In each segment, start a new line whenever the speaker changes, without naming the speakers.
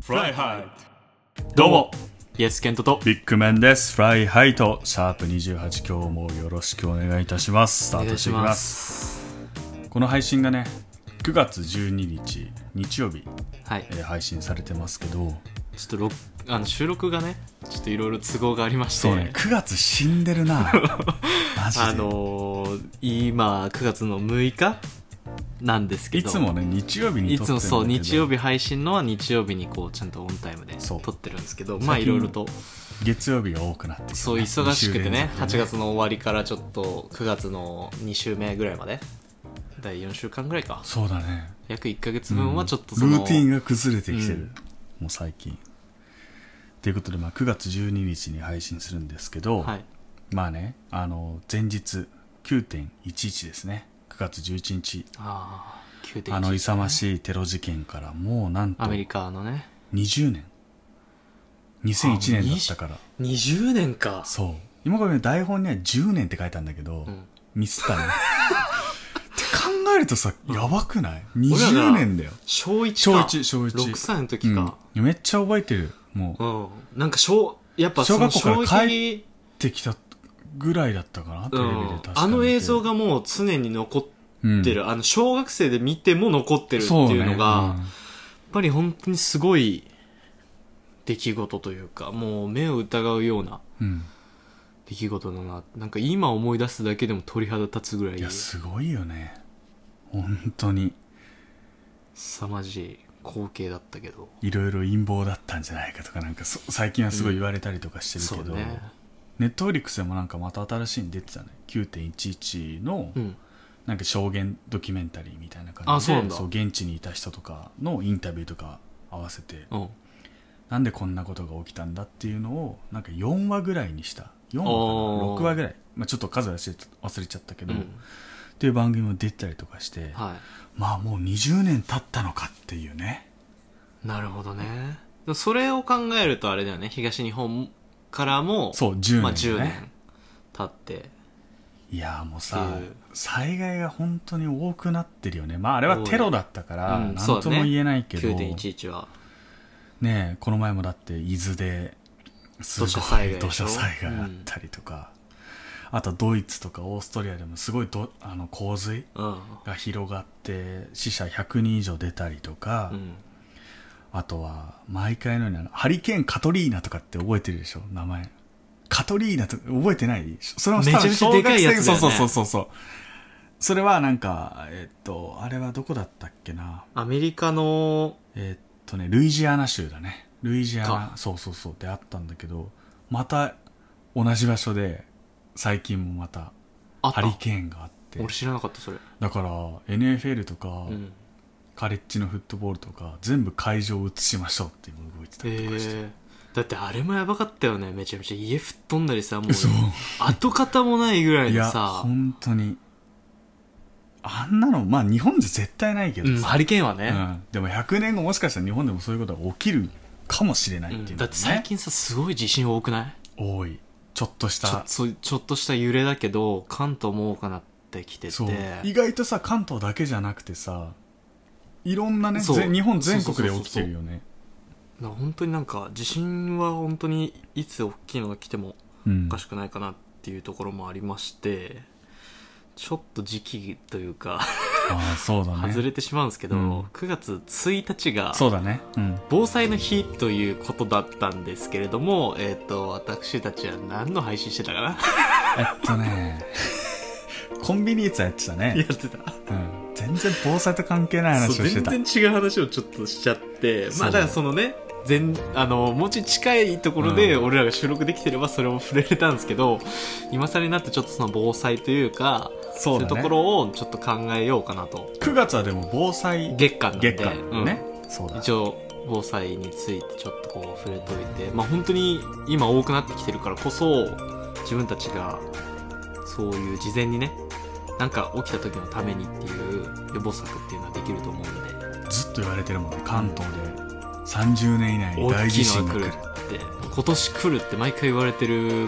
フライハイどうも
イエスケントと
ビッグメンですフライハイとシャープ28今日もよろしくお願いいたしますスタートしていきますこの配信がね9月12日日曜日、
はい
えー配信されてますけど
ちょっと録あの収録がねちょっといろいろ都合がありまして
そうね9月死んでる なマジで
あのー今9月の6日なんですけ
い
ど
つもね日曜日に
い
撮っ
つ
てるん
も
だけど
そう日曜日配信のは日曜日にこうちゃんとオンタイムで
そう
撮ってるんですけどまあ
最
い
近
ろいろと
月曜日が多くなってきてね
そう忙しくてね
二
8
週連続で
月の終わりからちょっと9月の2週目ぐらいまで第4週間ぐらいか
そうだね
約1か月分はちょっと
う
そ
ん
の、
ルーティンが崩れてきてる、
うん
もう最近ということで、まあ、9月12日に配信するんですけど、
はい
まあねあの前日9.11ですね9月11日
ああ9.1
あの勇ましいテロ事件からもうなんと
アメリカのね
20年2001年だったから
20年か
そう今からね台本には10年って書いたんだけど、
ん
ミスったねって考えるとさやばくない
俺ら
20
が
年だよ
小1
小
か
1小1
6歳の時か、
うん、めっちゃ覚えてるもう
うんなんか小やっぱそ
小
の
学校
衝
から帰
撃、
ってきたぐらいだったかなテ
う
レビで
ん
確か、に
あの映像
が
がもう常に残っ
出
てる、あの小学生で見ても残ってるっていうのが、やっぱり本当にすごい出来事というかもう目を疑うような
うんうん
出来事だななんか今思い出すだけでも鳥肌立つぐらい
いやすごいよね本当に
凄まじい光景だったけど
いろいろ陰謀だったんじゃないかとかなんかそ最近はすごい言われたりとかして
そ
る
う
けど、
ね
ネットフリックスでもなんかまた新しいに出てたね9.11の
うん
なんか証言ドキュメンタリーみたいな感じで
あそうなんだ
現地にいた人とかのインタビューとか合わせて
うん
なんでこんなことが起きたんだっていうのをなんか4話ぐらいにした4話かな
おー
6話ぐらい、まあ、ちょっと数忘れちゃ忘れちゃったけ
う
ど、っ
ん
ていう番組も出てたりとかして、
はい
まあもう20年経ったのかっていうね
なるほどねでもそれを考えるとあれだよね東日本からも
そう10年、ね
まあ、10年経って
いやーもうさ
っていう
災害が本当に多くなってるよねまああれはテロだったから
うん
何とも言えないけど、
9.11は
ねえこの前もだって伊豆ですごい
土砂災害でしょ
土砂災害あったりとか、あとドイツとかオーストリアでもすごいどあの洪水
うん
が広がって死者100人以上出たりとか、
うん
あとは毎回のようにあのハリケーンカトリーナとかって覚えてるでしょ名前カトリーナと覚えてないそれは多分
めちゃめちゃでかいやつだよ
小学生
ね
そうそうそうそうそれはなんかえっとあれはどこだったっけな
アメリカの
えーっとねルイジアナ州だねルイジア
か
ナそうそうそうってあったんだけどまた同じ場所で最近もまた
あっ
ハリ
た
ケーンがあって
俺知らなかったそれ、
だから NFL とか、
うん、
カレッジのフットボールとか全部会場を移しましょうっていう動いてた
え
りとかして、
ーだってあれもやばかったよねめちゃめちゃ家吹っ飛んだりさもう
嘘
跡形もないぐらい
い
の
や
さ、
本当にあんなのまあ日本じゃ絶対ないけ
う
ど
ん、
さ、
ハリケーンはね
う、んでも100年後もしかしたら日本でもそういうことが起きるかもしれないっ
うん
ていうのがね、
だって最近さすごい地震多くない
多いちょっとし
ちょ
た
そうちょっとした揺れだけど関東も多くなってきてて
そう意外とさ関東だけじゃなくてさいろんなね
そう
ぜ日本全国で起きてるよね
な本当になんか地震は本当にいつ大きいのが来ても
うん
おかしくないかなっていうところもありましてちょっと時期というか
ああそうだ
外
ね
れてしまうんですけど、
うん
9月1日が
そうだねうん
防災の日ということだったんですけれども、えっと私たちは何の配信してたかな
えっとねコンビニエンスやってた
や
ね、
ってた
うん、全然防災と関係ない話
そ
を
う
してた
全然違う話をちょっとしちゃって
そう
まあだからそのね全あのもうちょい近いところで
う
俺らが収録できてればそれも触れれたんですけど、今更になってちょっとその防災というか
そうだ
いうと
ね
ころをちょっと考えようかなと
9月はでも防災
月間なんで
月間ね、そう
うん
だ
一応防災についてちょっとこう触れといてまあ本当に今多くなってきてるからこそ自分たちがそういう事前にねなんか起きた時のためにっていう予防策っていうのはできると思うんで
ずっと言われてるもんね関東で30年以内に大地震が来る
って今年来るって毎回言われてるからね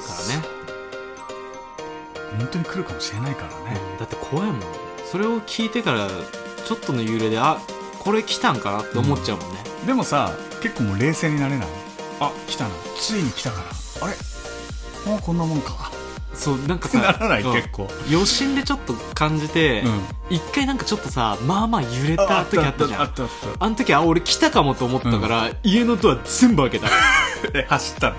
本当に来るかもしれないからね
だって怖いもんそれを聞いてからちょっとの揺れであこれ来たんかなって思っちゃうもんね、
でもさ結構もう冷静になれないあ来たなついに来たからあれもうこんなもんか
そうなんかさ
ならない
うん
結構
余震でちょっと感じて
うん
一、回なんかちょっとさまあまあ揺れた時あったじゃん
あ
あ
ったあっ
の時あ俺来たかもと思ったから、家のドア全部開けたい
たえ走ったの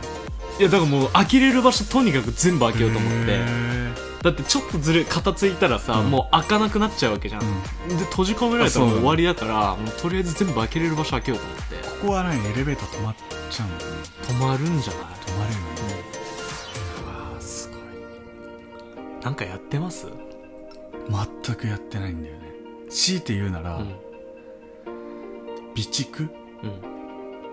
やだからもう開けれる場所とにかく全部開けようと思って
へ
だってちょっとずれ片付いたらさ、
うん
もう開かなくなっちゃうわけじゃん、
ーうん
で閉じ込められた
あそ
らもう
うなの
終わりだからもうとりあえず全部開けれる場所開けようと思って
ここはねエレベーター止まっちゃうんだよね
止まるんじゃ
止まれるよ
ない
ね
うわーすごいなんかやってます
全くやってないんだよね強いて言うなら、
うん
備蓄
うん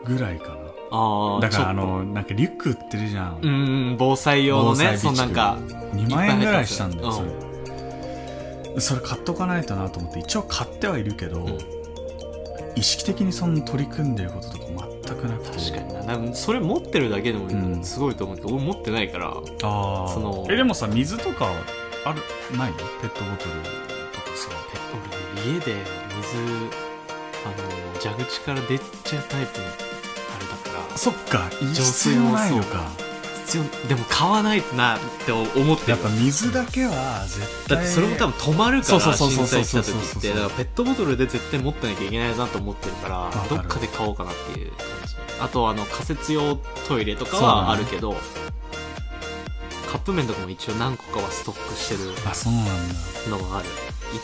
ぐらいか
あ
な
あ
だからあ
ちょっと
のなんかリュック売ってるじゃん、
うんうん防災用のねそ
防
のな
災
ん
備蓄
か
2万円ぐらいしたんだよそれ
いっ、
それ買っとかないとなと思って一応買ってはいるけど、
うん
意識的にその取り組んでることとか全くなくて
確かにななんかそれ持ってるだけでもすごいと思うけど、俺持ってないから
ああ
その
えでもさ水とかあるないのペットボトルとかさ
俺家で水あの蛇口から出ちゃうタイプのあれだから
そっか
浄
必
水
要
も
ないのか
必要でも買わないとなって思って
や
る
っぱ水だけは絶対
だってそれも多分止まるか
そう
ら
そうそうそ
震
うそう
災来た時
そうそう
っ
そう
てだからペットボトルで絶対持ってなきゃいけないなと思ってるか
からる
どっかで買おうかなっていう感じあとあの仮設用トイレとか
そうだね
はあるけど、カップ麺とかも一応何個かはストックしてる
あそうなんだ
のはあるい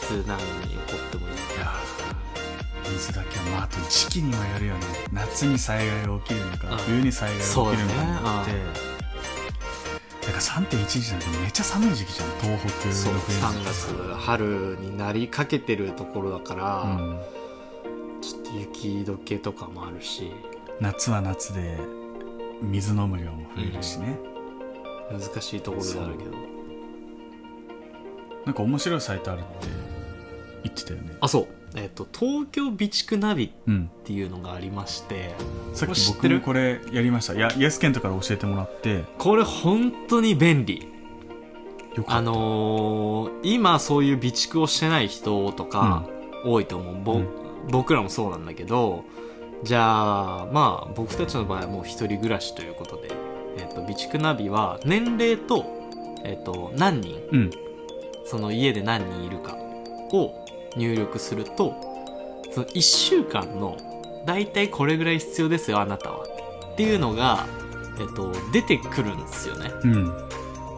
つ何に起こってもいい
いやー水だけはまああと時期にもよるよね夏に災害が起きるのか、
うん
冬に災害が起きるのかによって
そうだね
だから3.11なんてめっちゃ寒い時期じゃん東北
そう
の冬なん
3
てさ
月春になりかけてるところだか
う
ら、
ん、
ちょっと雪解けとかもあるし
夏は夏で水飲む量も増えるしね、
難しいところではあるけど
なんか面白いサイトあるって言ってたよね
あそうえっ、と東京備蓄ナビ
うん
っていうのがありまして
さっ
これ
き
知って
僕
る
もこれやりましたいやイエスケントから教えてもらって
これ本当に便利
よかった
あのー今そういう備蓄をしてない人とか多いと思う、ぼ
うん
僕らもそうなんだけどじゃあまあ僕たちの場合はもう一人暮らしということで、えっと備蓄ナビは年齢と,、えっと何人
うん
その家で何人いるかを入力するとその1週間のだいたいこれぐらい必要ですよあなたはっていうのが、えっと、出てくるんですよね
うん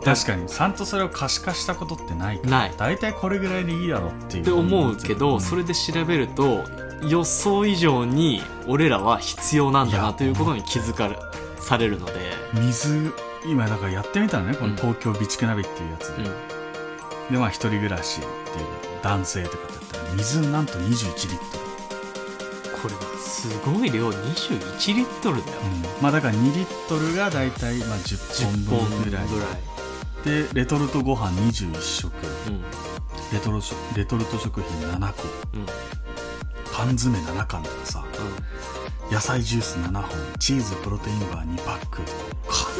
確かにちゃんとそれを可視化したことってないから
ない
大体これぐらいでいいだろうっていう
って思うけどそ
れ
れで調べると予想以上に俺らは必要なんだ
いや
なということに気づかれされるので、
水今だからやってみたのねこ
う
の
ん
東京備蓄ナビっていうやつで、
う
でまあ一人暮らしっていう男性とかだったら水なんと21リットル、
ん、これすごい量21リットルだよ、
まあだから2リットルが大体まあ10
10本
本分ぐ
ぐら
ら
い
いでレトルトご飯21食
うん
レトロ食レトルト食品7個
うん
缶詰7缶とかさ野菜ジュース7本チーズプロテインバー2パックか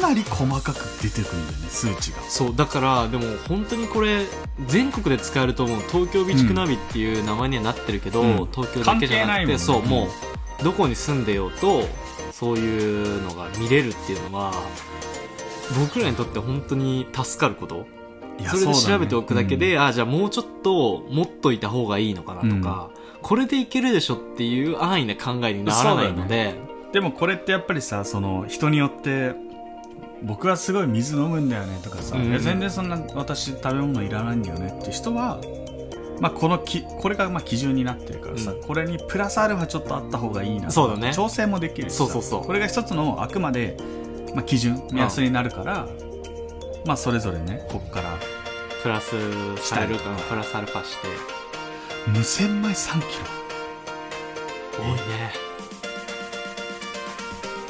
なり細かく出てくるんだよね数値が
そうだからでも本当にこれ全国で使えると思う東京備蓄ナビっていう名前にはなってるけど、
うん
東京だけじゃなくて
関
そう
係ないもん
もうどこに住んでようとそういうのが見れるっていうのは僕らにとって本当に助かること
いや
それで
うだ
調
ね
べておくだけで
うん
あじゃあもうちょっと持っといた方がいいのかなとか、これでいけるでしょっていう安易な考えにならないので
でもこれってやっぱりさその人によって僕はすごい水飲むんだよねとかさ、
うん
いや全然そんな私食べ物いらないんだよねって人は、まあ、このきこれがまあ基準になってるからさ、
うん
これにプラスアルファちょっとあった方がいいな
そうだね
調整もできるしさ
そうそうそう
これが一つのあくまで、まあ、基準目安になるから、まあそれぞれねこっから
プラスされるかなプラスアルファして
無洗米3キ
多いね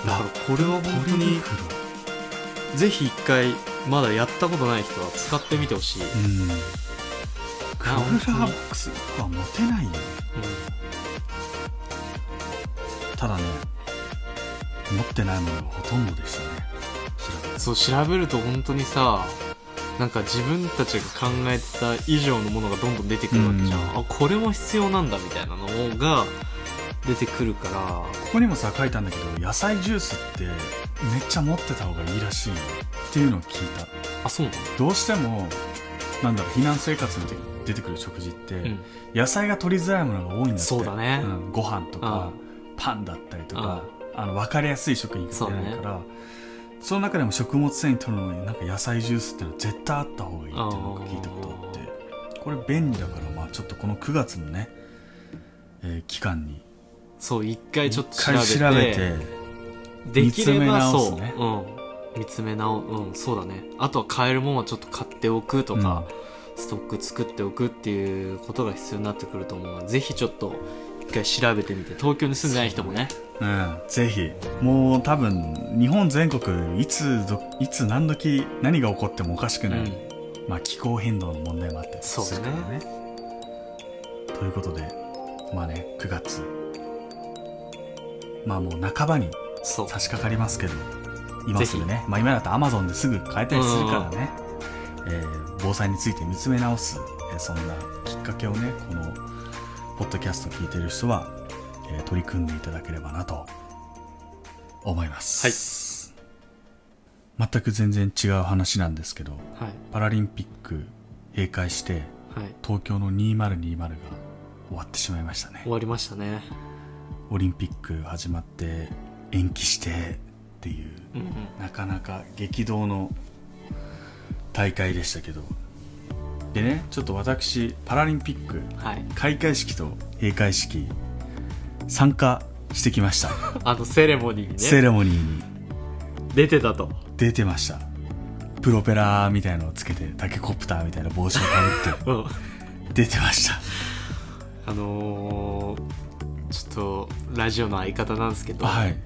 ロ
だからこれは本当にぜひ一回まだやったことない人は使ってみてほしい、うん
うんクーラ
本当
ー
に
ボックスは持てないよただね持ってないものがほとんどでしたね調べて
そう調べると本当にさなんか自分たちが考えてた以上のものがどんどん出てくるわけじゃん、
うん
あこれも必要なんだみたいなのが出てくるか
ここにもさ書いたんだけど野菜ジュースってめっちゃ持ってた方がいいらしいよっていうのを聞いた
らあそうな
どうしてもなんだろう避難生活の時に出てくる食事って、
の、うん、
野菜が取りづらいものが多いんだって
そうだね
んご飯とかパンだったりとかあの分かりやすい食品が出ないからそ,、の中でも食物繊維取るのになんか野菜ジュースってのは絶対あった方がいいっていうのが聞いたことあってこれ便利だからまあちょっとこの9月のね、えー期間に
そう一回ちょっと
一
調
回
べ
調
て
べて
でき
見つ
れば
め直
そ
す
う、
ね
うん、見つめ直うんそうだねあとは買えるもんはちょっと買っておくとか、ストック作っておくっていうことが必要になってくると思うのでぜひちょっと一回調べてみて東京に住んでない人もね
うん、ぜひもう多分日本全国いつどいつ何時何が起こってもおかしく
う
ない、
ん
まあ、気候変動の問題もあったりするからね。ということで、まあね、9月、まあもう半ばに
そう
差し掛かりますけど、今すぐね、まあ今だと Amazon ですぐ買えたりするからね、えー防災について見つめ直す、えーそんなきっかけをね、この、ポッドキャスト聞いてる人は、えー取り組んでいただければなと、思います。はい。全く全然違う話なんですけど、
はい
パラリンピック閉会して
はい
東京の2020が終わってしまいましたね
終わりましたね
オリンピック始まって延期してっていう
うんうん
なかなか激動の大会でしたけどでねちょっと私パラリンピック
はい
開会式と閉会式参加してきました、
あのセレモニー
セ
にね
レモニーに
出てたと
出てましたプロペラみたいのをつけてタケコプターみたいな帽子をかぶ っ
うん
て出てました
あのーちょっとラジオの相方なんですけど、
はい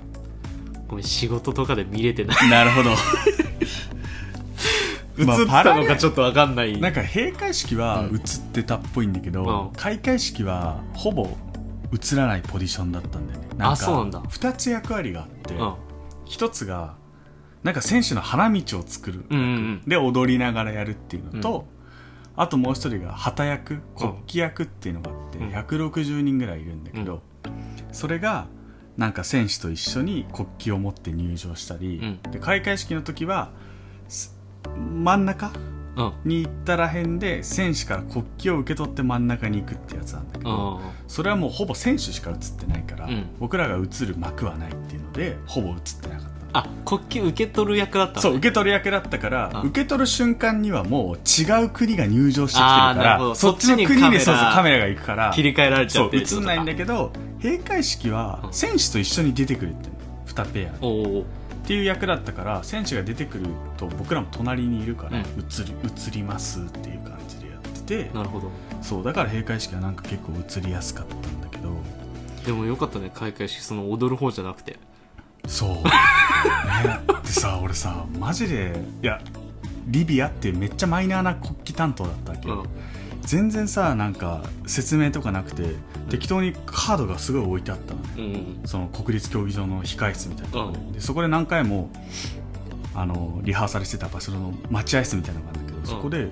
ごめん仕事とかで見れてない
なるほど
映
まあ
ってたのかちょっとわかんない、
なんか閉会式は
うん
映ってたっぽいんだけど、
うん
開会式はほぼ映らないポジションだったんだよねなんか
あそうなんだ
2つ役割があって、
うん
1つがなんか選手の花道を作る、
うんうん
で踊りながらやるっていうのと、あともう1人が旗役国旗役っていうのがあって、
うん
160人ぐらいいるんだけど、それがなんか選手と一緒に国旗を持って入場したり、で開会式の時はす真ん中
うんうん
に行ったらへんで選手から国旗を受け取って真ん中に行くってやつなんだけ
う
ど、
ん
それはもうほぼ選手しか映ってないから、
うん
僕らが映る幕はないっていうのでほぼ映ってなかっ
あ国旗受け取る役だった
た
の
そう受け取る役だったから
うん
受け取る瞬間にはもう違う国が入場してきてる
あー
か
なるほ
ら
ど
そっちの国
そっちにカ
に
メラ
そうそうカメラが行くから
切り替えられちゃ
そう
ってるって
映んないんだけど閉会式は
うん
選手と一緒に出てくるって2ペアで
おお
っていう役だったから選手が出てくると僕らも隣にいるから
う
映
ん
り,、映りますっていう感じでやってて
なるほど
そうだから閉会式はなんか結構映りやすかったんだけど
でもよかったね開会式その踊る方じゃなくて
そうねでさ俺さマジでいやリビアっていうめっちゃマイナーな国旗担当だったわけ
うん
ど全然さなんか説明とかなくて適当にカードがすごい置いてあったのね
うん
その国立競技場の控え室みたいなところで,、でそこで何回もあのリハーサルしてた場所の待合室みたいなのがあるんだけどそこで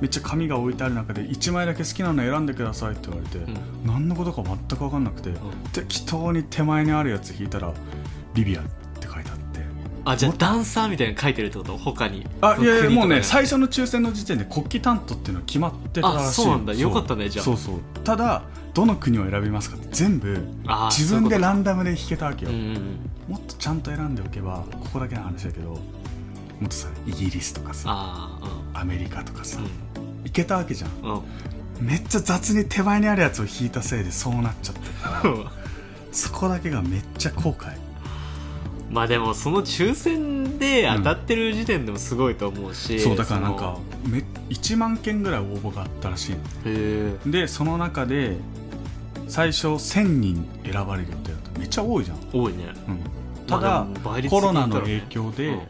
めっちゃ紙が置いてある中で1枚だけ好きなの選んでくださいって言われて、
ん
何のことか全く分かんなくて、適当に手前にあるやつ引いたら「リビア」って書いてあって。
あじゃあダンサーみたいなの書いてるってこと他に
あいやいやもうね
最
最初の抽選の時点で国旗担当っていうのは決まってたらしい
あそうなんだよかったねじゃあ
そうそうただどの国を選びますかって全部
あー
自
そう
分
いうこ
で
と
ランダムで引けたわけよ
うんうん
もっとちゃんと選んでおけばここだけの話だけどもっとさイギリスとかさ
ああ
アメリカとかさ、
うん
いけたわけじゃん
うんうん
めっちゃ雑に手前にあるやつを引いたせいでそうなっちゃったそこだけがめっちゃ後悔
まあでもその抽選で当たってる時点でもすごいと思うし、
そうだからなんか
その
め1万件ぐらい応募があったらしいの
へ
でその中で最初1000人選ばれる予定だっためっちゃ多いじゃん、
え多いね
うん、ただ、
まあでも倍率
コロナ
的に
の
言
影
ったら
響
ね
で、
うん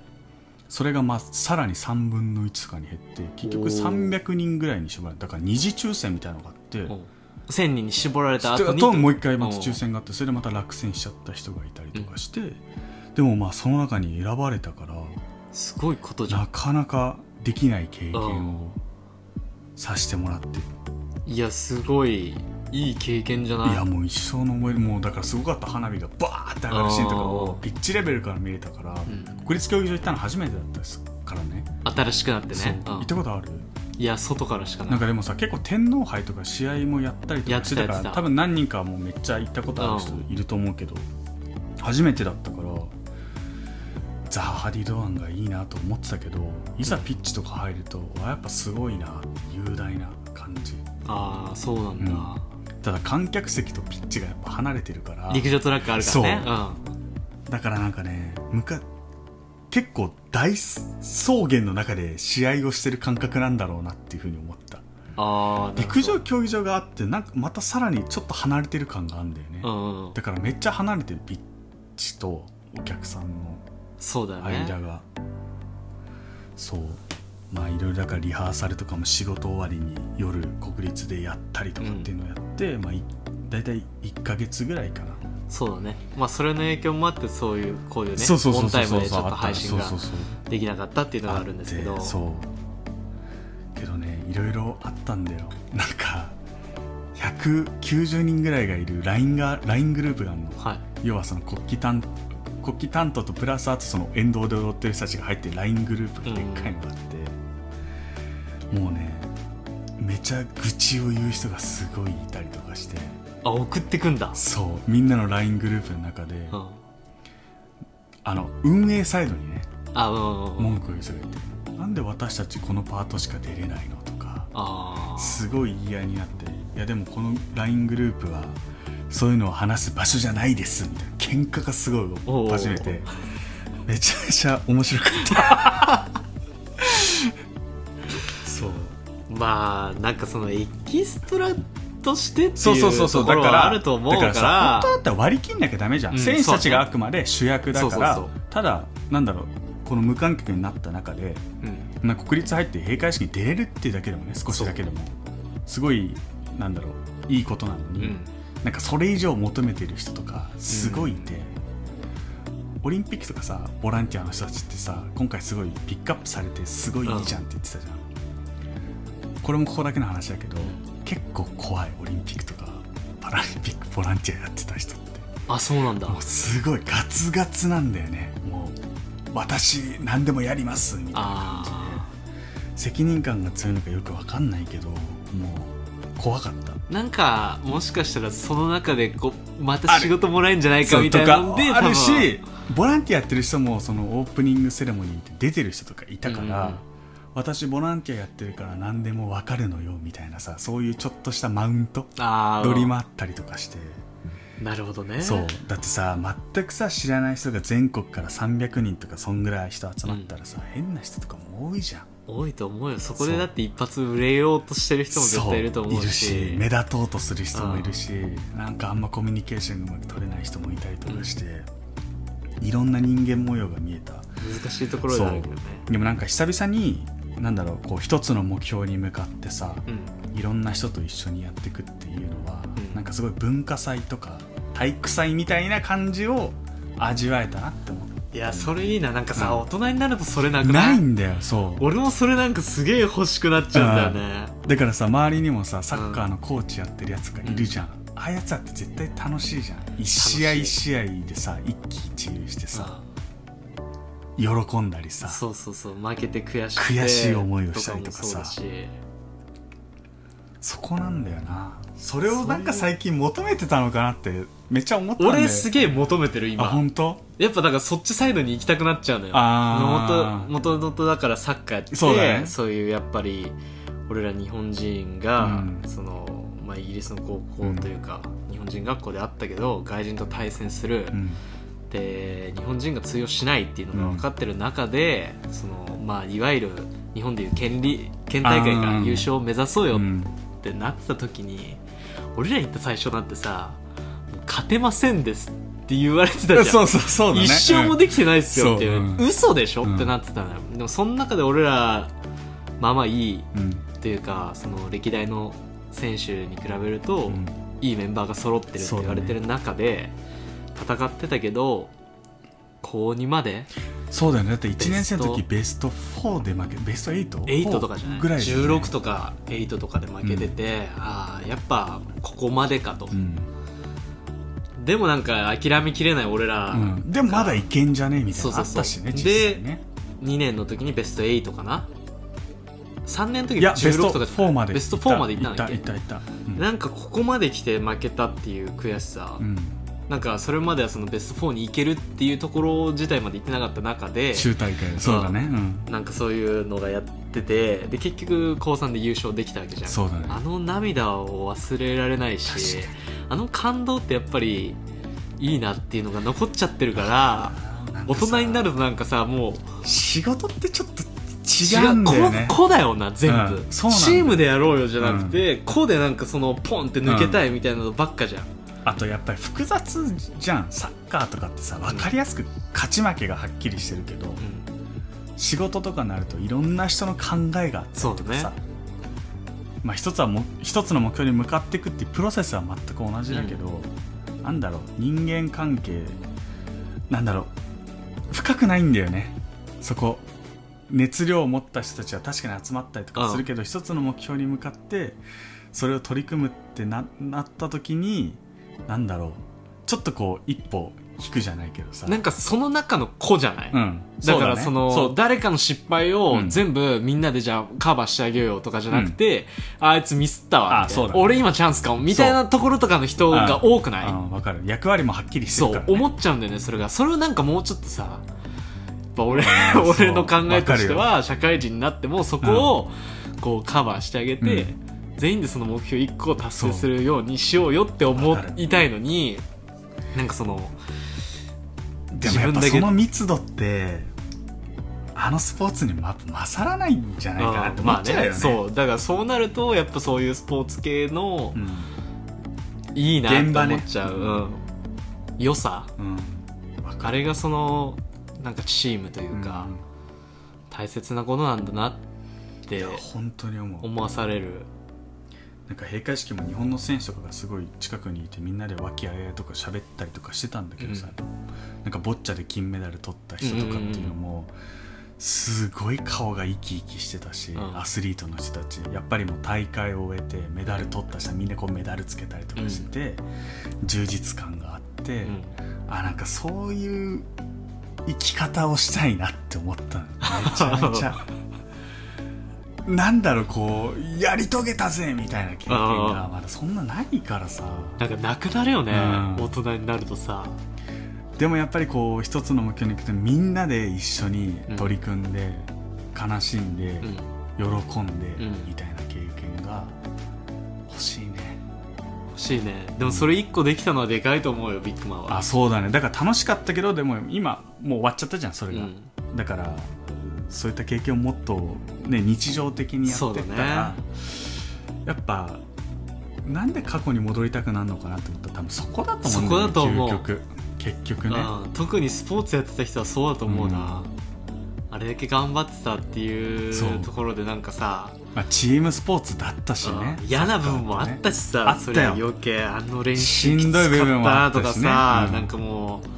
それがまあさらに3分の1とかに減って結局
おー
300人ぐらいに絞られただから二次抽選みたいなのがあって
うん1000人に絞られた
そ
後
れ
に
ともう一回また抽選があってそれでまた落選しちゃった人がいたりとかして、でもまあその中に選ばれたから
すごいことじゃん
なかなかできない経験をさせてもらって
いやすごいいい経験じゃない
いやもう一生の思い出もうだからすごかった花火がバーって上がるシーンとか
あー
をピッチレベルから見れたから、
ん
国立競技場行ったの初めてだったですからね
新しくなって
そう
ね、うん
行ったことある
いや外からしかない
なんかでもさ結構天皇杯とか試合もやったりと
やっ
かし
て
たてたか
やって
ら
た
多分何人かもうめっちゃ行ったことある人いると思うけど初めてだったからザハディ・ドアンがいいなと思ってたけどいざピッチとか入るとわやっぱすごいなって雄大な感じ
ああそうなんだ、
ただ観客席とピッチがやっぱ離れてるから
陸上トラックあるからね
だからなんかねむか結構大草原の中で試合をしてる感覚なんだろうなっていうふうに思った
うん、ああ
陸上競技場があってなんかまたさらにちょっと離れてる感があるんだよね、
うんうんうん
だからめっちゃ離れてるピッチとお客さんの
そうだよね
間が、そうまあいろいろだからリハーサルとかも仕事終わりに夜国立でやったりとかっていうのをやって、まあい大体1か月ぐらいかな、
そうだねまあそれの影響もあってそういうこういうね
そうそう
オ
そう
ン
そう
タイ
そ
ム
う
でちょっと
あった
配信が
そうそうそう
できなかったっていうのがあるんですけ
あっ
ど
てそうけどねいろいろあったんだよ なんか190人ぐらいがいる LINE が LINE グループがあるの
はい
要はその国旗担国旗担当とプラスあとその沿道で踊ってる人たちが入ってる LINE グループがでっかいのがあって、もうねめちゃ愚痴を言う人がすごいいたりとかして
あ送ってくんだ、
そうみんなの LINE グループの中で、
うん、
あの運営サイドにね
あうんうんうん
文句を言う人がいてなんで私たちこのパートしか出れないのとか
あー
すごい言い合いになっていやでもこの LINE グループはそういうのを話す場所じゃないですみたいな喧嘩がすごい
おー
初めてめちゃめちゃ面白かったそう
まあなんかそのエキストラとしてって
そう
い
そうそううそ
と
う
こ
だ
ろ
から
はあると思う
だ
か
からさ
ら
本当だったら割り切んなきゃダメじゃん、
うん
選手たちが
そう
あくまで主役だから
そうそうそ
ただなんだろうこの無観客になった中で
うん
なんか国立入って閉会式に出れるっていうだけでもね少しだけでもすごいなんだろういいことなの
う
に、
ん
なんかそれ以上求めてる人とかすごいいて、オリンピックとかさボランティアの人たちってさ今回すごいピックアップされてすごいいいじゃんって言ってたじゃん、これもここだけの話だけど結構怖いオリンピックとかパラリンピックボランティアやってた人って
あそうなんだ
もうすごいガツガツなんだよねもう私何でもやりますみたいな感じで
あ
責任感が強いのかよく分かんないけどもう怖かった
ーなんかもしかしたらその中でこうま
あ
た
る
仕事もらえんじゃないか
そう
みたいなんで
とかある
多分
しボランティアやってる人もそのオープニングセレモニーって出てる人とかいたから、
うん
私ボランティアやってるから何でも分かるのよみたいなさそういうちょっとしたマウント
あー
乗り回ったりとかして、
なるほどね
そうだってさ全くさ知らない人が全国から300人とかそんぐらい人集まったらさ、変な人とかも多いじゃん
多いと思うよそこでだって一発売れようとしてる人も絶対いると思うし
そういるし目立とうとする人もいるし、なんかあんまコミュニケーションがうまく取れない人もいたりとかして、いろんな人間模様が見えた
難しいところではあるけどね
でもなんか久々になんだろうこう一つの目標に向かってさ
うん
いろんな人と一緒にやっていくっていうのは、
うん
なんかすごい文化祭とか体育祭みたいな感じを味わえたなって思って
いやそれいいななんかさ、
うん
大人になるとそれなくな
ないいんだよそう
俺もそれなんかすげえ欲しくなっちゃうんだよね
だからさ周りにもさサッカーのコーチやってるやつがいるじゃん、ああいうやつだって絶対楽しいじゃん一試合
楽しい
一試合でさ一喜一憂してさ
さ
喜んだりさ
そうそうそう負けて悔しくて
悔しい思いをしたりとかさ
もそうだし
そこなんだよなそれをなんか最近求めてたのかなってめっちゃ思ったんだよ
俺すげえ求めてる
あ
今
本当
やっぱだからそっちサイドに行きたくなっちゃうのよ
あー
もともとだからサッカーやって
そうだね
そういうやっぱり俺ら日本人が、
うん
そのまあ、イギリスの高校というか、日本人学校であったけど外人と対戦する、
うん
で日本人が通用しないっていうのが分かってる中で、そのまあ、いわゆる日本でいう県立県大会から
あー
優勝を目指そうよ
う
っ
ん
てなってた時に、俺ら行った最初なんてさ「勝てませんです」って言われてたじゃん
そうそうそうだね
一生も
で
できてないっすよっていう、
うんそううん
嘘でしょ、
うん
ってなってたのよでもその中で俺らまあまあいい
うん
というかその歴代の選手に比べると、
うん
いいメンバーが揃ってるって言われてる中で、戦ってたけど高2まで
そうだよねだって1年生の時
ベ
ベスト4で負けベスト 8?
8とかじゃない
ぐらいだよね
16とか8とかで負けてて、ああやっぱここまでかと、
うん、
でもなんか諦めきれない俺ら
うん、でもまだいけんじゃねみたいなの
そ
あ
う
っ
そうそう
たしね
で
実際ね
2年の時にベスト8かな3年の時
いやベスト
16とか
4まで
ベスト4までいったんだっ
いったい
け
ったいったうん
なんかここまで来て負けたっていう悔しさ、
うん
なんかそれまではそのベスト4に行けるっていうところ自体まで行ってなかった中で
州大会そうだねうん
なんかそういうのがやっててで結局高3で優勝できたわけじゃん
そうだね
あの涙を忘れられないし
確
あの感動ってやっぱりいいなっていうのが残っちゃってるから大人にな
る
るとなんかさもう
仕事ってちょっと違うんだよね
ここだよな全部、
うん
チ
そうなんだよ
ームでやろうよじゃなくて、こうでなんかそのポンって抜けたいみたいなのばっかじゃん、
あとやっぱり複雑じゃんサッカーとかってさ分かりやすく勝ち負けがはっきりしてるけど、
うん
仕事とかになるといろんな人の考えがあったりとか
そうだ
さ、まあ、一つはも一つの目標に向かっていくっていうプロセスは全く同じだけど、なんだろう人間関係なんだろう深くないんだよねそこ熱量を持った人たちは確かに集まったりとかするけど、一つの目標に向かってそれを取り組むってななった時になんだろうちょっとこう一歩引くじゃないけどさ
なんかその中の子じゃない、
うん、
だから
うね
その
そう
誰かの失敗を全部みんなでじゃあカバーしてあげようとかじゃなくて、あいつミスったわ
あそうだね
俺今チャンスかもみたいなところとかの人が多くない
あわかる役割もはっきりして
そ
るか
う
ら、ね、
思っちゃうんだよねそれがそれをなんかもうちょっとさやっぱ俺
うんそう
俺の考えとしては社会人になってもそこをこうカバーしてあげて、
う
全員でその目標1個を達成するようにしようよって思いたいのになんかその
でもやっぱその密度ってあのスポーツにもやっぱ勝らないんじゃないかなって思っちゃうよね,、
そうだからそうなるとやっぱそういうスポーツ系のいいなって思っちゃう、
現場ね
うん良さ
うん、うん、
あれがそのなんかチームというか、
うん
大切なことなんだなって
本当に思う
思わされる
なんか閉会式も日本の選手とかがすごい近くにいてみんなで和気あいあいとか喋ったりとかしてたんだけどさ、なんかボッチャで金メダル取った人とかっていうのも、すごい顔が生き生きしてたし、
うん
アスリートの人たちやっぱりもう大会を終えてメダル取った人はみんなこうメダルつけたりとかしてて、充実感があって、
うん
あなんかそういう生き方をしたいなって思った のめちゃめちゃなんだろうこうやり遂げたぜみたいな経験
う
が
ん
まだそんなないからさ
なんかなくなるよね、
うん
大人になるとさ
でもやっぱりこう一つの目標に行くとみんなで一緒に取り組んで、悲しんで、
うん
喜んで、
うん
みたいな経験が欲しいね
欲しいねでもそれ1個できたのはでかいと思うよビッグマンは
あそうだねだから楽しかったけどでも今もう終わっちゃったじゃんそれが、
うん
だからそういった経験をもっと、ね、日常的にやってったら、やっぱなんで過去に戻りたくなるのかなと思ったら多分そこだと思うんだよね
そこだと思う
究極結局ね
うん特にスポーツやってた人はそうだと思うな、あれだけ頑張ってたってい
そう
うところでなんかさ、
まあ、チームスポーツだったしね
うん嫌な部分もあったしさ、
あったよ
それは余計あの練習
し
き
んどい
つ
部
か
分
っ
も
た
あ
な
っ
と
た
か
しね
さ、
うん
なんかもう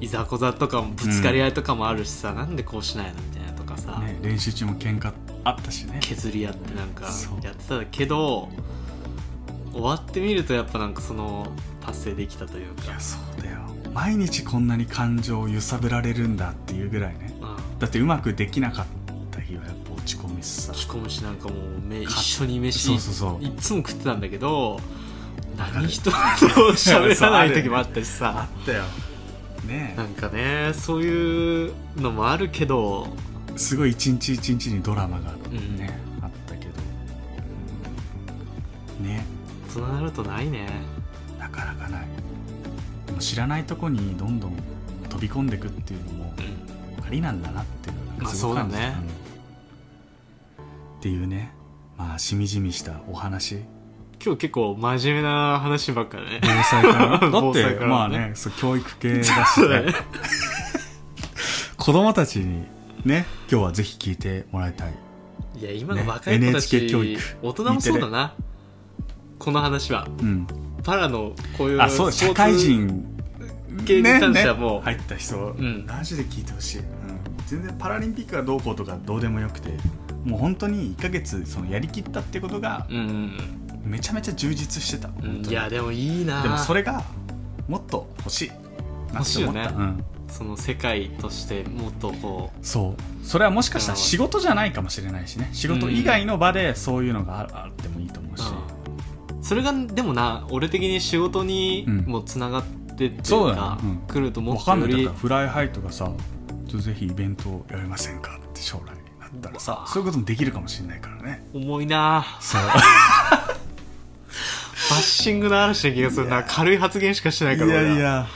いざこざとかもぶつかり合いとかもあるしさ、なんでこうしないのみたいなとかさ、
ね、練習中も喧嘩あったしね
削り合ってなんか
そう
やってたけど終わってみるとやっぱなんかその達成できたという
い
か
や、そうだよ毎日こんなに感情を揺さぶられるんだっていうぐらいね
うん、
だってうまくできなかった日はやっぱ落ち込みしさ
仕込むしなんかもうめ一
か
緒に飯
そうそうそう
いっつも食ってたんだけど
わかる
何人と喋らない時もあったし
あ
さ
ったよね
なんかねそういうのもあるけど
えすごい一日一日にドラマがね、あったけどね
大人になるとないね
なかなかないでも知らないとこにどんどん飛び込んでくっていうのもありなんだなっていうのがなんかすごく感じた
まあそうだね
うんっていうねまあしみじみしたお話
今日結構真面目な話ばっかりね
防災からだ
防
っ
災
て、
からね
まあねそう教育系だし、
そう だね
ね、子供たちにね今日はぜひ聞いてもらいたい
いや今の若い子たち、
ね NHK 教育
大人もそうだなこの話は
うん
パラのこういう
あそうだ
スポーツ
社会人
系に関しては
ねね
もう
入った人、
うん
マジで聞いてほしい、うん全然パラリンピックがどうこうとかどうでもよくてもう本当に1ヶ月そのやりきったってことが
うん
めちゃめちゃ充実してた本
う
当
んうん
に
いやでもいいな
でもそ
れ
れがもっと欲しいなって思った
欲しいよね
うん、
その世界としてもっとこう
そうそれはもしかしたら仕事じゃないかもしれないしね仕事以外の場でそういうのがあるあってもいいと思うし、
うんそれがでもな俺的に仕事に
うん
もつながってっていう
そうだ
か、
ねうん
来るとも
わ
っ
か
と
んな
よ
いだったら
り
フライハイとかさちょっとぜひイベントをやりませんかって将来なったら
う
さ
わ
そういうこともできるかもしれないからね
重いな
そう
バッシングの嵐な気がするな軽い発言しか してないから俺ら
や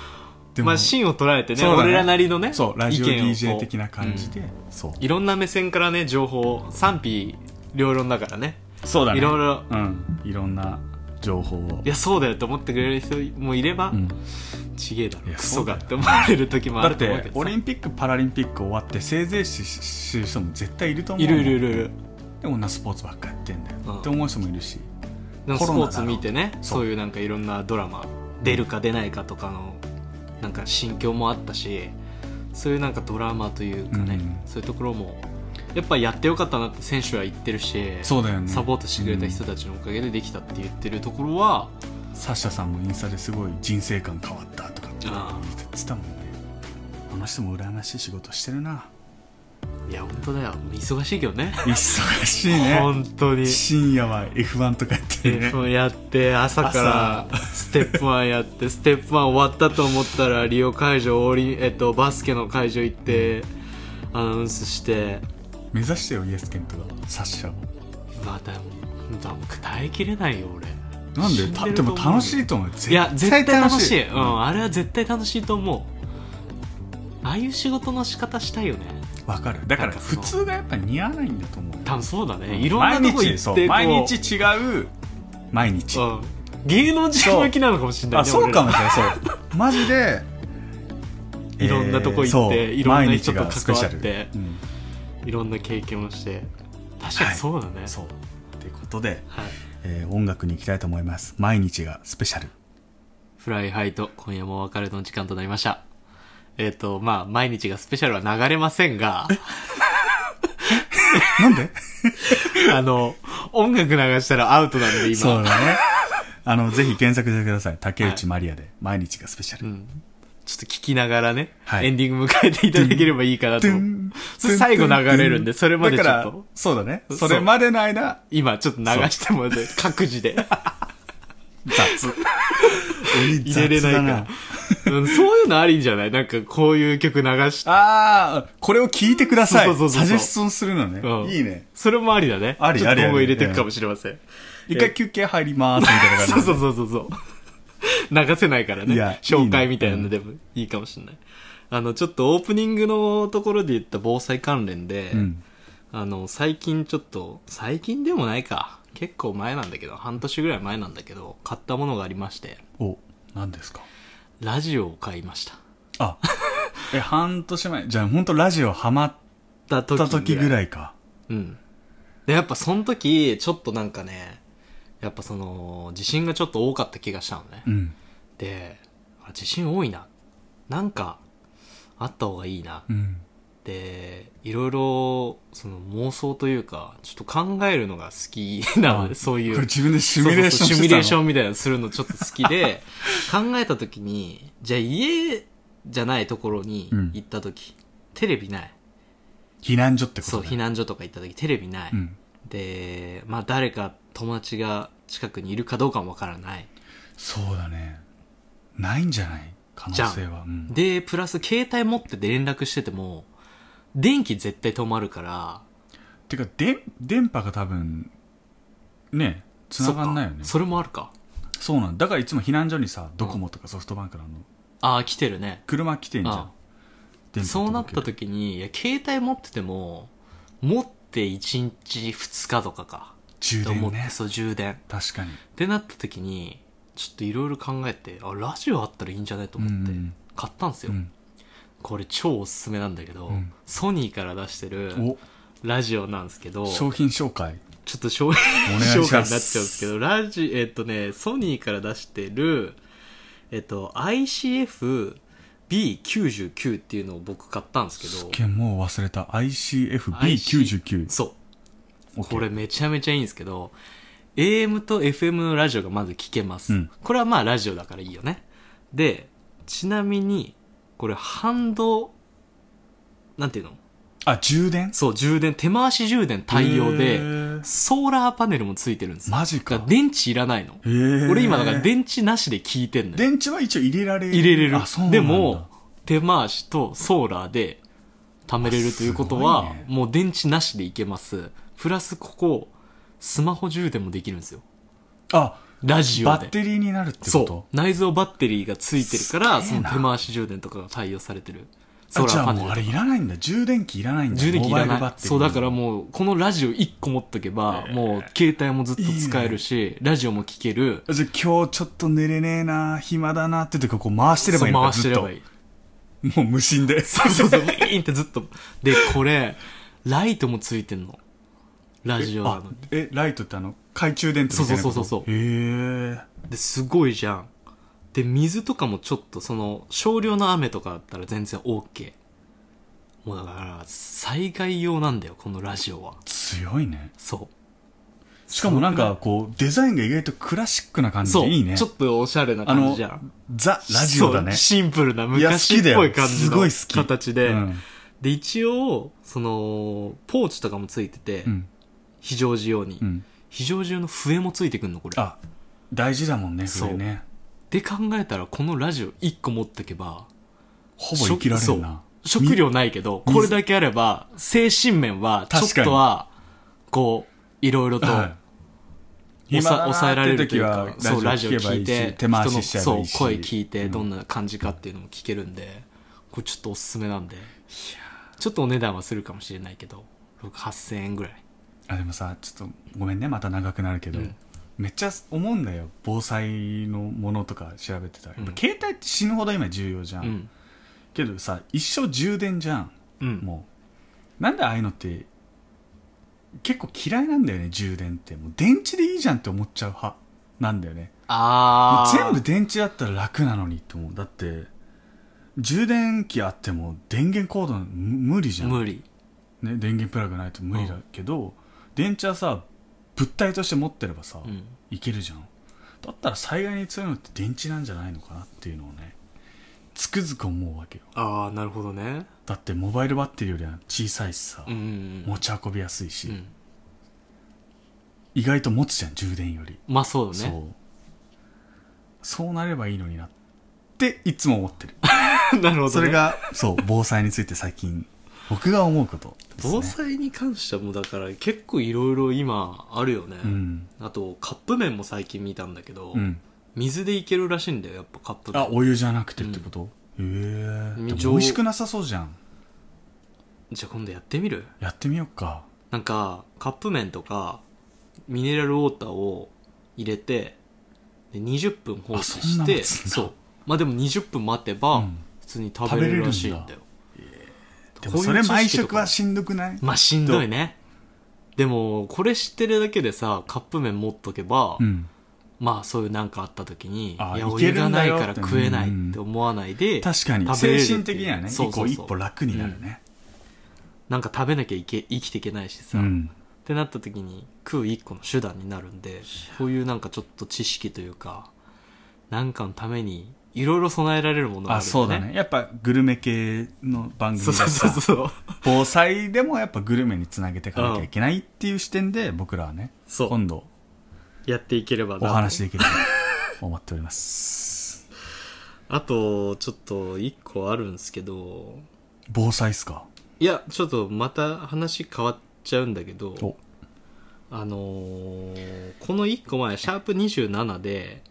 で
まあ芯を捉えてね
そうだね
俺らなりのね
そうラジオ
意見をこう
DJ 的な感じで、
うん
そう
いろんな目線からね情報賛否両論だからね
そうだね
いろいろ
うん、いろんな情報を
いやそうだよって思ってくれる人もいれば、
うん
ちげえだろ
いや
クソがっ
そう
て思われる時もあ
だっ
ると思うけ
て
ど
オ
さ
リンピック・パラリンピック終わってせいぜいししてる人も絶対いると思う
い
い
るいるいるいる
でもなスポーツばっかやってんだよ、
うん
って思う人もいるし
でも
コ
ス
ロ
ポ
ナ
ー
だ
ツ見てね
そう
そういうなんかいろんなドラマ出るか出ないかとかのなんか心境もあったしそういうなんかドラマというか
う
ね、
ん
そういうところもやっぱやってよかったなって選手は言ってるし
そうだよね
サポートしてくれた人たちのおかげでできたって言ってるところは、
サッシャさんもインスタですごい人生観変わったとかって言
あ
ってたもんねあの人も羨ましい仕事してるない
や本当だよ忙しいけどね
忙しいね
本当に
深夜は F1 とかやってるね
F1 やって朝からステップ1やってステップ1終わったと思ったらリオ会場オリン、えっと、バスケの会場行ってアナウンスして
目指してよイエスケンとかサッシャを
まただもう耐えきれないよ俺
なんで
死ん
た
る
でも
と思うよ
楽しいと思う
いや絶対楽しい
絶
う
対楽しい
ん、あれは絶対楽しいと思うああいう仕事の仕方したいよね
わかるだから
なんかそ
普
の
通がやっぱ似合わないんだと思うよ
多分そうだね
うん
いろんなとこ行ってこ
毎
う
日そう毎日違う毎日
うん芸能人向きなのかもしれない
あ
ね
そうかも
俺
しれないそうマジで
いろんなとこ行って
そう
いろんな人と
毎日がスペシャル
関わって
うん
らいろんな経験をして確かにそうだね、はい
そうということで、えー音楽に行きたいと思います毎日がスペシャル
フライハイと今夜もお別れの時間となりました。えっ、と、まあ、毎日がスペシャルは流れませ んが、
なんで
あの、音楽流したらアウトなんで
そ
今。
うだ ねあのぜひ検索してください竹内まりやで毎日がスペシャル、
うんちょっと聞きながらね、
はい
エンディング迎えていただければいいかなと
ドゥ。ン
それ最後流れるんでそれまでちょっと
だからそうだねそれまでの間
今ちょっと流してもらって、各 自で
雑鬼雑
入れれない
だ
から。うんそういうのありんじゃないなんかこういう曲流して。
ああ、これを聞いてください。
そうそうそうそう
サジェストンするのね。
うん
いいね。
それもありだね。
あり
ちょっと
ありあり
今後入れていくかもしれません。
一回休憩入ります、みたいな感じ。
そうそうそうそう そう。流せないからね
いや。
紹介みたいなのでもいいかもしれない。あの、ちょっとオープニングのところで言った防災関連で、
うん。
あの、最近ちょっと、最近でもないか。結構前なんだけど、半年ぐらい前なんだけど、買ったものがありまして、
お、何ですか
ラジオを買いました。
あ、え、半年前。じゃあ、ほんとラジオハマっ
だった
た時ぐらいか。
うん。で、やっぱその時、ちょっとなんかね、やっぱその、地震がちょっと多かった気がしたのね。
うん。
で、あ地震多いな。なんか、あった方がいいな。
うん。
で、いろいろ、その妄想というか、ちょっと考えるのが好きなので、
あ
そうい
こ
う。
れ自分でシミュレーションしてたの
そうそうそうシミュレーションみたいなのするのちょっと好 きで、考えた時に、じゃあ家じゃないところに行った時、テレビない。
避難所ってこと
そう、
ね
避難所とか行った時テレビない。
うん。
で、まあ誰か友達が近くにいるかどうかもわからない。
そうだね。ないんじゃない可能性は。うん
で、プラス携帯持ってて連絡してても、電気絶対止まるから、
てか、で、電波が多分、ね、繋がんないよ
そっ
ね。
か
そ
それもあるか。
うなんだからいつも避難所にさ、ドコモとかソフトバンクなの、
ああ、来てるね。
車来てんじゃん
あ。
電波
そうなっ
届け
た
る
時に、いや、携帯持ってても、持って1日2日とかか。
充
と思
電
って、
ね。
そう、充電。
確かに。
ってなった時に、ちょっといろいろ考えて、あ、ラジオあったらいいんじゃないと思って
うんうん、
買ったんですよ。
うん
これ超おすすめなんだけど、
うん
ソニーから出してる
お
ラジオなんですけど、
商品紹介
ちょっと商品
お願い
紹
しま
介になっちゃうんですけ
す
ど、ラジ、えっとね、ソニーから出してる、えっと、ICF、 B99 っていうのを僕買ったんですけ
す
ど
っげえもう忘れた ICFB99
そう
OK
これめちゃめちゃいいんですけど AM と FM のラジオがまず聞けます、
うん
これはまあラジオだからいいよねでちなみにこれハンドなんていうの
あ充電
そう充電手回し充電対応
へ
で
ー
ソーラーパネルもついてるんですよ
マジ
だ
か
から電池いらないの
へー
俺今だから電池なしで聞いてんのよ
電池は一応入れられる
入れれる
あそうなんだ
でも手回しとソーラーで貯めれるということは、
あすごいね
もう電池なしでいけますプラスここスマホ充電もできるんですよ
あ
ラジオ
バッ
で
テリーになるってこ
そ
と
う内蔵バッテリーがついてるから
す
そ
げえ
の
な
手回し充電とかが対応されてるソ
あ
ーラ
じゃ
ー
あ
パネ
もうあれ
ル
いらないんだ充電器いらないんだ
充電器いら
モバイル
な
バッ
い
テリー
そうだからもうこのラジオ1個持っとけば、もう携帯もずっと使えるしラジオも聞ける
じゃあ今日ちょっと寝れねえな暇だなって時はこう回してればいいの
そ
か
う回してればいい
ずっともう無心で
そうそうそう、ウィーンってずっと。で、これ、ライトもついてんの。ラジオな
あ
のに。
えライトってあの懐中電灯みたいなこと
そうそうそうそう
へえ
で、すごいじゃん。で、水とかもちょっと、その、少量の雨とかだったら全然 OK。もうだから、災害用なんだよ、このラジオは。
強いね
そ
しかもなんかこうデザインが意外とクラシックな感
う。
じ
そう。
でいいね
ちょっとおしゃれな
あ
感じ
の
じゃん。
ザラジオだね
そうシンプルない
や好
昔
きだ
っ
よ
ぽい感じ
すご
の
い好き
形で。
うん
で、一応、その、ポーチとかもついてて、
うん
非常時用に。
うん
非常時用の笛もついてくんの、これ。
あ大事だもんねそれね
で考えたらこのラジオ1個持ってけば
ほぼ生きられるな
食食料ないけど
み
これだけあれば精神面は
確
ち
かに
ょっとはこういろいろと
はい
抑え抑えられると
時
いう
は
かそうラジオ聞いて
手回ししちゃえばいいし
人のそう声聞いて
うん
どんな感じかっていうのも聞けるんでこれちょっとおすすめなんでちょっとお値段はするかもしれないけど6 8000円ぐらい
あでもさちょっとごめんねまた長くなるけど、
うん
めっちゃ思うんだよ防災のものとか調べてたらやっぱ
うん
携帯って死ぬほど今重要じゃん、
うん
けどさ一生充電じゃん
うん
もうなんでああいうのって結構嫌いなんだよね充電ってもう電池でいいじゃんって思っちゃう派なんだよね
ああ
全部電池だったら楽なのにって思うだって充電器あっても電源コードむ無理じゃん、ね、
無理
電源プラグないと無理だけど、電池はさ物体として持ってればさ、
うん
いけるじゃんだったら災害に強いのって電池なんじゃないのかなっていうのをねつくづく思うわけよ
ああなるほどね
だってモバイルバッテリーよりは小さいしさ、
うんうん
持ち運びやすいし、
うんうん
意外と持つじゃん充電より、
まあそうだ
そ
ね
うそうなればいいのになっていつも思ってる
なるほどね
それがそう防災について最近僕が思うことです、ね、
防災に関してはもうだから結構いろいろ今あるよね、
うん、
あとカップ麺も最近見たんだけど、
うん、
水でいけるらしいんだよやっぱカップ
あ
麺
お湯じゃなくてってこと、へえでも美味しくなさそうじゃん
じゃあ今度やってみる
やってみようか
なんかカップ麺とかミネラルウォーターを入れてで20分放置
あそんな
し
の
て
つんだ
うまあでも20分待てば、
うん
普通に食べれるらしいんだよ
食べれ
こ
で
ういう
もそれ
知識とか
毎食はしんどくない
まあしんどいねでもこれ知ってるだけでさカップ麺持っとけば、
うん
まあそういうなんかあった時に
あ
いや
い
お
け
湯
る
が
んだ
ない
よ
から食えないって思わないで
確かに
食べれる
精
ってい
神
う
的にはね
そ
一
うそ
個
う
一
そう
歩楽になるね
なんか食べなきゃいけ生きていけないし
う
さ、っ
ん
てなった時に食う一個の手段になるんでこういうなんかちょっと知識というかなんかのためにいろいろ備えられるものがあ
あ
る
そ
よ
うだねやっぱグルメ系の番組
そう
だ
そう
し
そ
さ
うそう
防災でもやっぱグルメにつなげていかなきゃいけないっていう視点で僕らはね
そう
今度
やっていけれ
お
ばな
話できると思っており ます
あとちょっと一個あるんですけど
防災っすか
いやちょっとまた話変わっちゃうんだけど
お
あのーこの1個前、シャープ27で、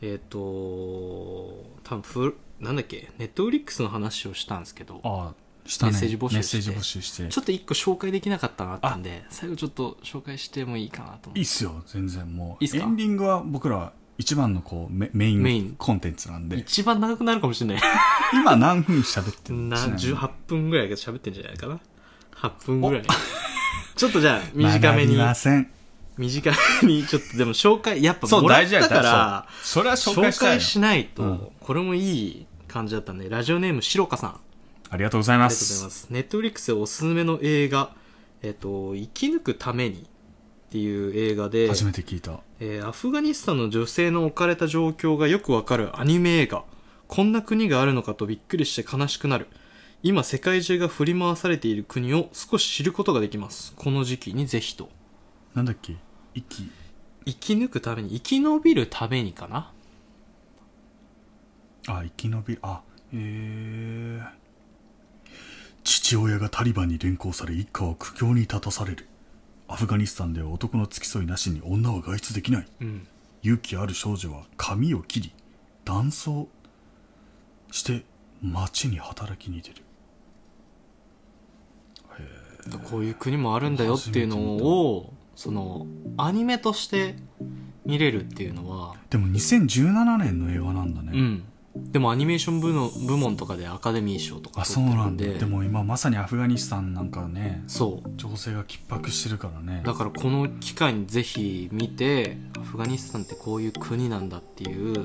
えっ、と多分ふなんだっけ、ネットフリックスの話をしたんですけど、
ああしたね
メッセージ募集して
メッセージ募集して
ちょっと1個紹介できなかったなったんで、最後ちょっと紹介してもいいかなと思
いい
っ。
ってすよ全然もう
いいっす
エ
か
ンディングは僕ら一番のこうメメイ
メイ
ン
ン
コンテンツなんで
一番長くなるかもしれない。
今何分喋ってる
な
ちなみに
18分ぐらいが喋ってんじゃないかな。8分ぐらい。 ちょっとじゃあ、短めに
学び、ません
短めに、ちょっとでも紹介、やっぱ
そう
もらっ
大事や
た
から
から、
そうそれは紹
紹
介したい
介
よ
しないと、
うん
これもいい感じだったんで、ラジオネームしろかさん。あ
ありがとうございま
りがとうござい
す。
ます。ネットフリックスでおすすめの映画、えっ、と、生き抜くためにっていう映画で、
初めて聞いた。
えーアフガニスタンの女性の置かれた状況がよくわかるアニメ映画「こんな国があるのかとびっくりして悲しくなる」今世界中が振り回されている国を少し知ることができますこの時期にぜひと
なんだっけ息。
生き抜くために生き延びるためにかな
あ、生き延び、あ、えー。父親がタリバンに連行され一家は苦境に立たされる。アフガニスタンでは男の付き添いなしに女は外出できない。
うん
勇気ある少女は髪を切り、断層して街に働きに出る。
こういう国もあるんだよっていうのをそのアニメとして見れるっていうのは
でも2017年の映画なんだね。
うんでもアニメーション部の部門とかでアカデミー賞とか
あ、
取
そ
っ
う
てる
なんん
で
だ。でも今まさにアフガニスタンなんかね、
そう
情勢が緊迫してるからね。
だからこの機会にぜひ見てアフガニスタンってこういう国なんだっていう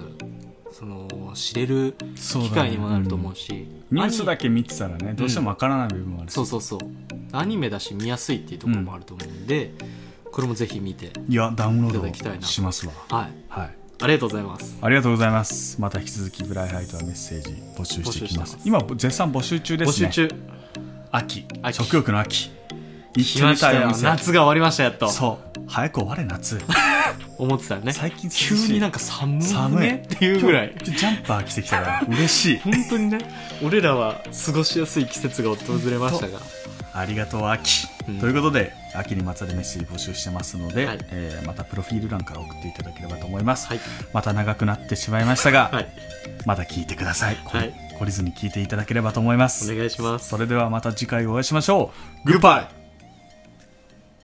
その知れる
そうだ
機
ね
会にもなると思うし、
ニュースだ
け
け見てたらねどうしてもわからない部分もあるし、
そうそうそうアニメだし見やすいっていうところもあると思うんで、これもぜひ見て
いやダウンロ
いただきた
ー
い
ド
な
しますわ
はい
はい
ありがとうございます
ありがとうございますまた引き続きブライハイとはメッセージ募集していきます
募集してます
今絶賛募集中で
募
すね
集中
秋
秋
食欲の秋行っ
来
て
ま
み
したた
いお
よ
店
夏が終わりましたやっと
そう早く終われ 夏
思ってたらね
最近涼し
急
い
になんか寒い
寒い
ねっていうぐらい
今日ジャンパー着てきた から嬉しい
本当にね俺らは過ごしやすい季節が訪れましたが
ありがとう秋、
うん
ということで秋にまつわるメッセージ募集してますので、
はい
えーまたプロフィール欄から送っていただければと思います、
はい
また長くなってしまいましたが、
はい
まだ聞いてください。こ
はい
懲りずに聞いていただければと思います。
お願いします
それではまた次回お会いしましょう。グッバイ